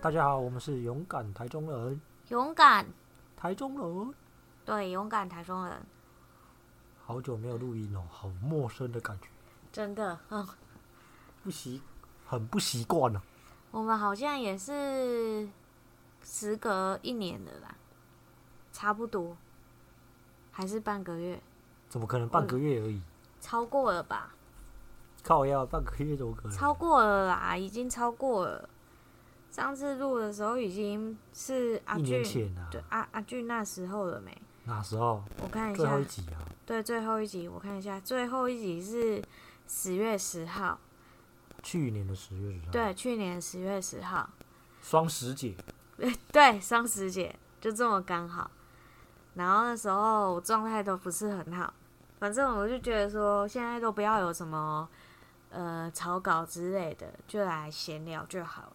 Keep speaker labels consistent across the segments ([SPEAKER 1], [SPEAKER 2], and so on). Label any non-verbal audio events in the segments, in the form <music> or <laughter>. [SPEAKER 1] 大家好，我们是勇敢台中人，
[SPEAKER 2] 勇敢，
[SPEAKER 1] 台中人。
[SPEAKER 2] 对，勇敢台中人，
[SPEAKER 1] 好久没有录音哦，好陌生的感觉，
[SPEAKER 2] 真的， <laughs> 嗯，
[SPEAKER 1] 不习，很不习惯啊呢。
[SPEAKER 2] 我们好像也是时隔一年了啦，差不多，还是半个月，
[SPEAKER 1] 怎么可能半个月而已？
[SPEAKER 2] 超过了吧？
[SPEAKER 1] 靠呀，半个月怎么可能？
[SPEAKER 2] 超过了啦，已经超过了。上次录的时候已经是阿
[SPEAKER 1] 一
[SPEAKER 2] 俊
[SPEAKER 1] 年，前啊，
[SPEAKER 2] 对阿阿俊那时候了没？
[SPEAKER 1] 哪时候？
[SPEAKER 2] 我看一
[SPEAKER 1] 最
[SPEAKER 2] 下
[SPEAKER 1] 后一，集啊，
[SPEAKER 2] 对，最后一集我看一下，最后一集是十月十号，
[SPEAKER 1] 去年的十月十号，
[SPEAKER 2] 对，，去年十月十号，
[SPEAKER 1] 双十节，
[SPEAKER 2] <laughs> 对，双十节就这么刚好。然后那时候我状态都不是很好，反正我就觉得说，现在都不要有什么呃草稿之类的，就来闲聊就好了。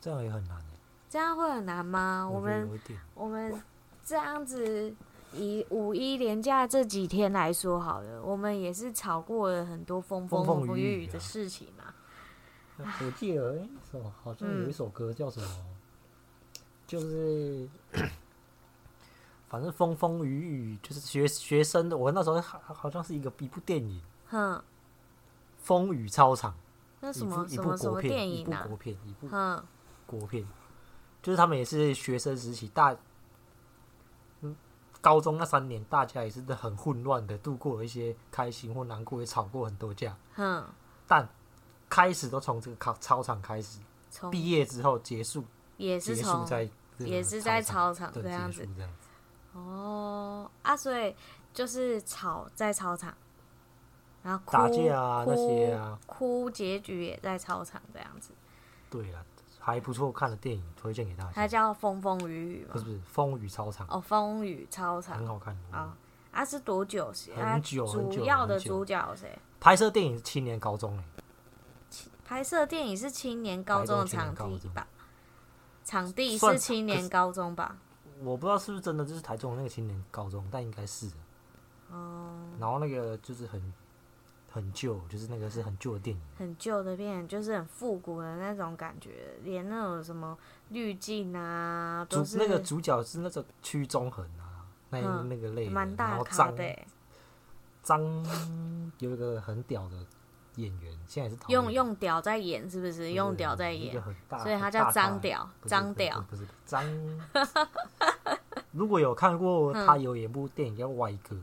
[SPEAKER 1] 这样也很难耶。欸
[SPEAKER 2] 这样会很难吗？啊我
[SPEAKER 1] 觉得
[SPEAKER 2] 们
[SPEAKER 1] 有一点，
[SPEAKER 2] 我们这样子以五一连假这几天来说好了，我们也是吵过了很多风
[SPEAKER 1] 风
[SPEAKER 2] 风
[SPEAKER 1] 风雨
[SPEAKER 2] 雨
[SPEAKER 1] 雨啊
[SPEAKER 2] 的事情嘛。
[SPEAKER 1] 我记得哎、什么好像有一首歌叫什么，
[SPEAKER 2] 嗯
[SPEAKER 1] 就是 <clears throat> 反正风风雨雨，就是学学生的。我那时候好好像是一个一部电影《
[SPEAKER 2] 哼，
[SPEAKER 1] 风雨操场
[SPEAKER 2] 那》，
[SPEAKER 1] 一
[SPEAKER 2] 什
[SPEAKER 1] 部
[SPEAKER 2] 么
[SPEAKER 1] 一
[SPEAKER 2] 什
[SPEAKER 1] 部
[SPEAKER 2] 么什
[SPEAKER 1] 国
[SPEAKER 2] 么电
[SPEAKER 1] 片，一
[SPEAKER 2] 影
[SPEAKER 1] 部
[SPEAKER 2] 啊
[SPEAKER 1] 国？片，一部
[SPEAKER 2] 哼，
[SPEAKER 1] 国片，就是他们也是学生时期大，嗯，高中那三年，大家也是很混乱的度过了一些开心或难过，也吵过很多架，
[SPEAKER 2] 哼，
[SPEAKER 1] 但开始都从这个操操场开始，
[SPEAKER 2] 从
[SPEAKER 1] 毕业之后结束
[SPEAKER 2] 哦也是
[SPEAKER 1] 结束
[SPEAKER 2] 从
[SPEAKER 1] 在这个
[SPEAKER 2] 也是在
[SPEAKER 1] 操
[SPEAKER 2] 操场
[SPEAKER 1] 啊对
[SPEAKER 2] 这样
[SPEAKER 1] 结
[SPEAKER 2] 子
[SPEAKER 1] 束这样子，
[SPEAKER 2] 哦啊，所以就是吵在操场，然后哭
[SPEAKER 1] 打架啊那些啊，
[SPEAKER 2] 哭哭结局也在操场这样子。
[SPEAKER 1] 对啊，还不错看的电影，推荐给大
[SPEAKER 2] 它
[SPEAKER 1] 家。
[SPEAKER 2] 叫风风雨雨
[SPEAKER 1] 不是
[SPEAKER 2] 嘛？
[SPEAKER 1] 不是，风雨操场、
[SPEAKER 2] 哦，风雨操
[SPEAKER 1] 很
[SPEAKER 2] 场
[SPEAKER 1] 好看。
[SPEAKER 2] 啊啊是多久写？
[SPEAKER 1] 很
[SPEAKER 2] 它
[SPEAKER 1] 久很久
[SPEAKER 2] 主要的
[SPEAKER 1] 很久
[SPEAKER 2] 主角谁？
[SPEAKER 1] 拍摄电影是七年高中哎、
[SPEAKER 2] 拍摄电影是青年高中的
[SPEAKER 1] 台中青年
[SPEAKER 2] 场地
[SPEAKER 1] 高中
[SPEAKER 2] 吧？场地
[SPEAKER 1] 算
[SPEAKER 2] 是青
[SPEAKER 1] 可
[SPEAKER 2] 年
[SPEAKER 1] 是
[SPEAKER 2] 高中吧？
[SPEAKER 1] 我不知道是不是真的，就是台中的那个青年高中，但应该是、啊。
[SPEAKER 2] 哦，
[SPEAKER 1] 然后那个就是很很旧，就是那个是很旧的电影，
[SPEAKER 2] 很旧的片，就是很复古的那种感觉，连那种什么滤镜啊，
[SPEAKER 1] 主
[SPEAKER 2] 都是
[SPEAKER 1] 那个主角是那个屈中恒啊，那、
[SPEAKER 2] 嗯
[SPEAKER 1] 那个类的，
[SPEAKER 2] 蛮
[SPEAKER 1] 哎然
[SPEAKER 2] 大
[SPEAKER 1] 后
[SPEAKER 2] 咖
[SPEAKER 1] 张
[SPEAKER 2] 的欸，
[SPEAKER 1] 张有一个很屌的演员，现在也是讨论
[SPEAKER 2] 用用屌在演是不是？用屌在，
[SPEAKER 1] 不是一个
[SPEAKER 2] 演，
[SPEAKER 1] 很大
[SPEAKER 2] 所以他
[SPEAKER 1] 很大
[SPEAKER 2] 叫
[SPEAKER 1] 咖
[SPEAKER 2] 张屌
[SPEAKER 1] 不，是
[SPEAKER 2] 张
[SPEAKER 1] 不是
[SPEAKER 2] 屌。
[SPEAKER 1] 不是张。 <laughs> 如果有看过
[SPEAKER 2] 嗯
[SPEAKER 1] 他有演部电影叫《歪哥》，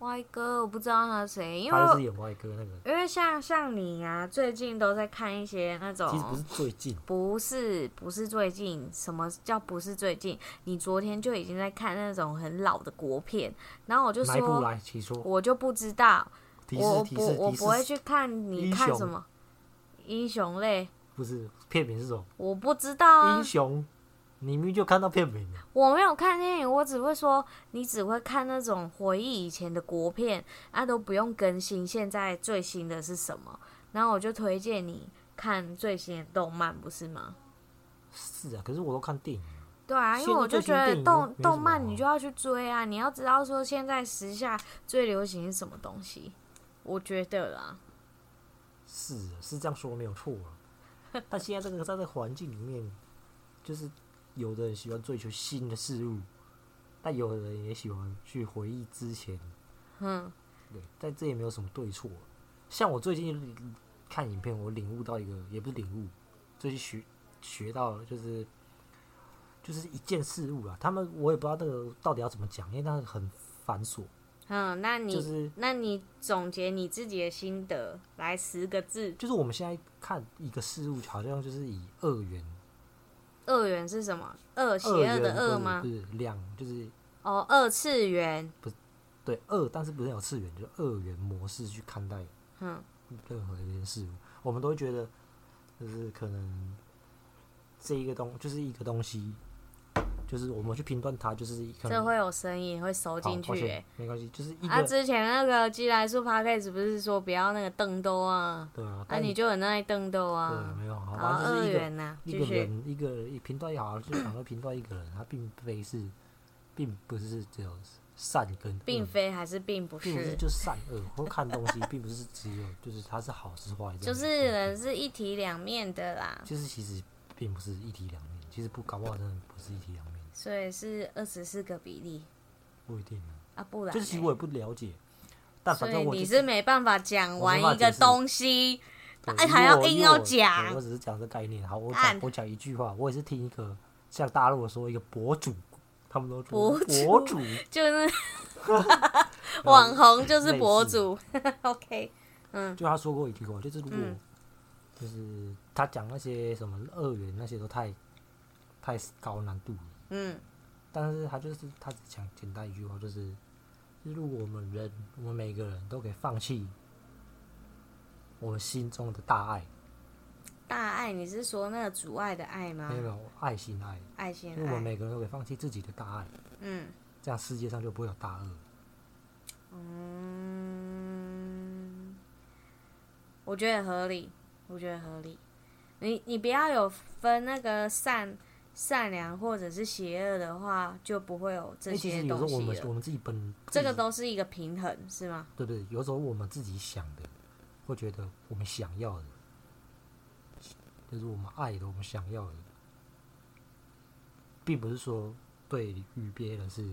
[SPEAKER 2] 歪哥，我不知道他是谁，因
[SPEAKER 1] 他就是
[SPEAKER 2] 为
[SPEAKER 1] 演歪哥那个，
[SPEAKER 2] 因为像像你啊，最近都在看一些那种
[SPEAKER 1] 其实不是最近，
[SPEAKER 2] 不是不是最近，什么叫不是最近？你昨天就已经在看那种很老的国片，然后我就
[SPEAKER 1] 哪一部
[SPEAKER 2] 说，
[SPEAKER 1] 来？请说。
[SPEAKER 2] 我就不知道，
[SPEAKER 1] 提
[SPEAKER 2] 我
[SPEAKER 1] 示提
[SPEAKER 2] 不
[SPEAKER 1] 示
[SPEAKER 2] 我
[SPEAKER 1] 提
[SPEAKER 2] 不会
[SPEAKER 1] 示，
[SPEAKER 2] 去看你
[SPEAKER 1] 英
[SPEAKER 2] 看
[SPEAKER 1] 雄
[SPEAKER 2] 什么英雄类，
[SPEAKER 1] 不是片名是什么？
[SPEAKER 2] 我不知道啊
[SPEAKER 1] 英，雄，你明明就看到片名了，
[SPEAKER 2] 我没有看电影，我只会说你只会看那种回忆以前的国片，啊都不用更新，现在最新的是什么？然后我就推荐你看最新的动漫，不是吗？
[SPEAKER 1] 是啊，可是我都看电影，
[SPEAKER 2] 对啊，因为
[SPEAKER 1] 现在
[SPEAKER 2] 我就
[SPEAKER 1] 最
[SPEAKER 2] 觉
[SPEAKER 1] 新电影
[SPEAKER 2] 得动
[SPEAKER 1] 没什么
[SPEAKER 2] 动漫
[SPEAKER 1] 好
[SPEAKER 2] 你就要去追啊，你要知道说现在时下最流行是什么东西，我觉得啦，
[SPEAKER 1] 是啊是这样说没有错啊。但现在这个在这个环境里面，就是有的人喜欢追求新的事物，但有的人也喜欢去回忆之前，
[SPEAKER 2] 嗯，
[SPEAKER 1] 对，但这也没有什么对错啊、像我最近看影片，我领悟到一个，也不是领悟，最近学学到了就是。就是一件事物啊，他们我也不知道那个到底要怎么讲，因为那个很繁琐。
[SPEAKER 2] 嗯，那你、
[SPEAKER 1] 就是
[SPEAKER 2] 那你总结你自己的心得来十个字，
[SPEAKER 1] 就是我们现在看一个事物，好像就是以二元、
[SPEAKER 2] 二元是什么？二邪
[SPEAKER 1] 二
[SPEAKER 2] 恶
[SPEAKER 1] 元
[SPEAKER 2] 的
[SPEAKER 1] 不
[SPEAKER 2] 恶
[SPEAKER 1] 是
[SPEAKER 2] 吗
[SPEAKER 1] 不？是两，就是
[SPEAKER 2] 哦，二次元，
[SPEAKER 1] 对二，但是不是有次元，就是二元模式去看待
[SPEAKER 2] 嗯
[SPEAKER 1] 任何一件事物，我们都会觉得就是可能这一个东就是一个东西，就是我们去评断它，就是可
[SPEAKER 2] 这
[SPEAKER 1] 能
[SPEAKER 2] 会有声音，会收
[SPEAKER 1] 嗯好
[SPEAKER 2] 进去、
[SPEAKER 1] 抱歉
[SPEAKER 2] 欸。
[SPEAKER 1] 没关系，就是一个、
[SPEAKER 2] 啊，之前那个基来说 p o d c a s 不是说不要那个瞪兜啊，
[SPEAKER 1] 对啊，
[SPEAKER 2] 啊，
[SPEAKER 1] 但
[SPEAKER 2] 你就很爱瞪兜
[SPEAKER 1] 对
[SPEAKER 2] 啊，
[SPEAKER 1] 没有好，
[SPEAKER 2] 然
[SPEAKER 1] 反
[SPEAKER 2] 后
[SPEAKER 1] 正就
[SPEAKER 2] 二
[SPEAKER 1] 是一个
[SPEAKER 2] 元呐、
[SPEAKER 1] 一
[SPEAKER 2] 继
[SPEAKER 1] 个
[SPEAKER 2] 续，
[SPEAKER 1] 人一嗯个一评断也好，就想到评断一个人，他并非是并不是只有善跟恶
[SPEAKER 2] 并非还是并不
[SPEAKER 1] 并不是
[SPEAKER 2] 是。
[SPEAKER 1] 就善恶或看东西，并不是只有就是它是好是坏这样子，
[SPEAKER 2] 就是人是一体两面的啦。
[SPEAKER 1] 就是其实并不是一体两面的，其实不搞不好真的不是一体两面，
[SPEAKER 2] 所以是二十四个比例
[SPEAKER 1] 不一定啊。
[SPEAKER 2] 啊，不然
[SPEAKER 1] 就
[SPEAKER 2] 嘞、
[SPEAKER 1] 是其实我也不了解，但
[SPEAKER 2] 所
[SPEAKER 1] 反
[SPEAKER 2] 以
[SPEAKER 1] 正我
[SPEAKER 2] 你
[SPEAKER 1] 就是
[SPEAKER 2] 没办法讲
[SPEAKER 1] 我
[SPEAKER 2] 完
[SPEAKER 1] 没办法
[SPEAKER 2] 一个
[SPEAKER 1] 解释
[SPEAKER 2] 东西，
[SPEAKER 1] 对
[SPEAKER 2] 哎
[SPEAKER 1] 因为
[SPEAKER 2] 还要
[SPEAKER 1] 我
[SPEAKER 2] 硬
[SPEAKER 1] 因为
[SPEAKER 2] 要
[SPEAKER 1] 我对
[SPEAKER 2] 讲
[SPEAKER 1] 我只是讲这概念。好，我
[SPEAKER 2] 干
[SPEAKER 1] 讲我讲一句话，我也是听一个像大陆说一个博主，他们都说
[SPEAKER 2] 博主
[SPEAKER 1] 博主，
[SPEAKER 2] 就是
[SPEAKER 1] <laughs>
[SPEAKER 2] 网红就是
[SPEAKER 1] 类
[SPEAKER 2] 博
[SPEAKER 1] 似
[SPEAKER 2] 主 <laughs> ，OK，嗯，
[SPEAKER 1] 就他说过一句话，就是如果、
[SPEAKER 2] 嗯
[SPEAKER 1] 就是他讲那些什么二元那些都太太高难度了，
[SPEAKER 2] 嗯
[SPEAKER 1] 但是他就是他只讲简单一句话，就是就是如果我们人我们每个人都可以放弃我们心中的大爱，，
[SPEAKER 2] 大爱，你是说那个阻碍的爱吗
[SPEAKER 1] 没？有没有爱心爱，
[SPEAKER 2] 爱心
[SPEAKER 1] 就是我们
[SPEAKER 2] 爱，
[SPEAKER 1] 每个人都可以放弃自己的大爱，
[SPEAKER 2] 嗯
[SPEAKER 1] 这样世界上就不会有大恶。
[SPEAKER 2] 嗯，我觉得合理，我觉得合理。你你不要有分那个善善良或者是邪恶的话，就不会有
[SPEAKER 1] 因
[SPEAKER 2] 这
[SPEAKER 1] 为其
[SPEAKER 2] 些
[SPEAKER 1] 实有时候我
[SPEAKER 2] 东西
[SPEAKER 1] 们
[SPEAKER 2] 了。
[SPEAKER 1] 我们自己本
[SPEAKER 2] 这个
[SPEAKER 1] 自己
[SPEAKER 2] 都是一个平衡，是吗？
[SPEAKER 1] 对不对？有时候我们自己想的，会觉得我们想要的，就是我们爱的，我们想要的，并不是说对于别人是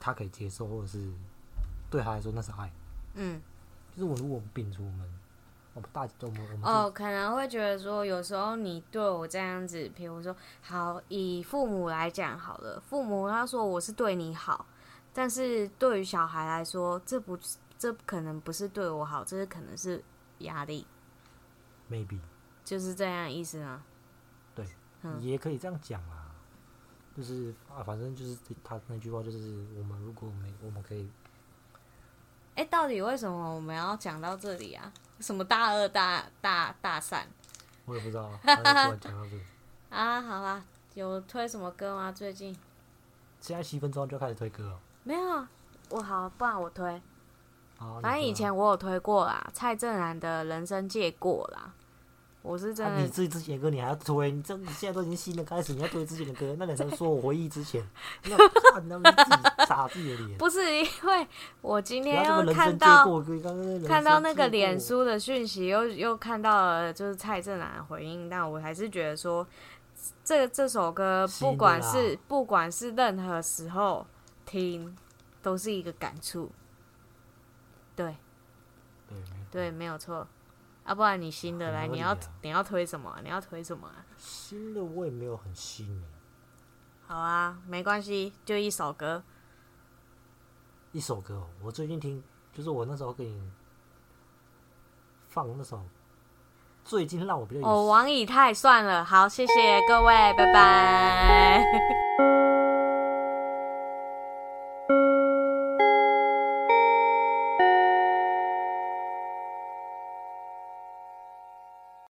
[SPEAKER 1] 他可以接受，或者是对他来说那是爱。
[SPEAKER 2] 嗯，
[SPEAKER 1] 就是我如果摒除我们，我们大我们我们自己
[SPEAKER 2] 哦，可能会觉得说，有时候你对我这样子，比如说，好，以父母来讲好了，父母他说我是对你好，但是对于小孩来说，这不是这可能不是对我好，这是可能是压力，
[SPEAKER 1] maybe
[SPEAKER 2] 就是这样意思吗？
[SPEAKER 1] 对，
[SPEAKER 2] 嗯
[SPEAKER 1] 也可以这样讲啦。就是啊，反正就是他那句话，就是我们如果没我们可以
[SPEAKER 2] 哎、到底为什么我们要讲到这里啊？什么大二大大大三
[SPEAKER 1] 我也不知道啊，他就突然讲到这个，
[SPEAKER 2] 啊？好啦，有推什么歌吗？最近
[SPEAKER 1] 现在七分钟就开始推歌了。
[SPEAKER 2] 没有啊，我好，不然我推。
[SPEAKER 1] 好，
[SPEAKER 2] 反正
[SPEAKER 1] 你推
[SPEAKER 2] 以
[SPEAKER 1] 啊
[SPEAKER 2] 前我有推过啦，蔡正然的人生借过啦，我是真
[SPEAKER 1] 啊你
[SPEAKER 2] 的
[SPEAKER 1] 自己之前的歌你还要推，你这你现在都已经新的开始，你要推之前的歌，那你才说我回忆之
[SPEAKER 2] <laughs>
[SPEAKER 1] 前，那啊你他妈自己打自己的脸。
[SPEAKER 2] 不是因为我今
[SPEAKER 1] 不
[SPEAKER 2] 天
[SPEAKER 1] 要这么
[SPEAKER 2] 又
[SPEAKER 1] 人
[SPEAKER 2] 看
[SPEAKER 1] 生借
[SPEAKER 2] 到
[SPEAKER 1] 过歌，刚刚人生
[SPEAKER 2] 看到那
[SPEAKER 1] 借
[SPEAKER 2] 个
[SPEAKER 1] 过
[SPEAKER 2] 脸，书的讯息，又又看到了就是蔡正然的回应，但我还是觉得说这这首歌
[SPEAKER 1] 新的
[SPEAKER 2] 不管
[SPEAKER 1] 啦
[SPEAKER 2] 是不管是任何时候听，都是一个感触。对
[SPEAKER 1] 对
[SPEAKER 2] 对，没有错。啊，不然你新的
[SPEAKER 1] 很
[SPEAKER 2] 来，
[SPEAKER 1] 合
[SPEAKER 2] 你
[SPEAKER 1] 理
[SPEAKER 2] 要
[SPEAKER 1] 啊
[SPEAKER 2] 你要推什么啊？你要推什么啊？
[SPEAKER 1] 新的我也没有很新耶，
[SPEAKER 2] 好啊，没关系，就一首歌。
[SPEAKER 1] 一首歌哦，我最近听就是我那时候给你放那首，最近让我比较有
[SPEAKER 2] 哦，王以太算了，好，谢谢各位，拜拜。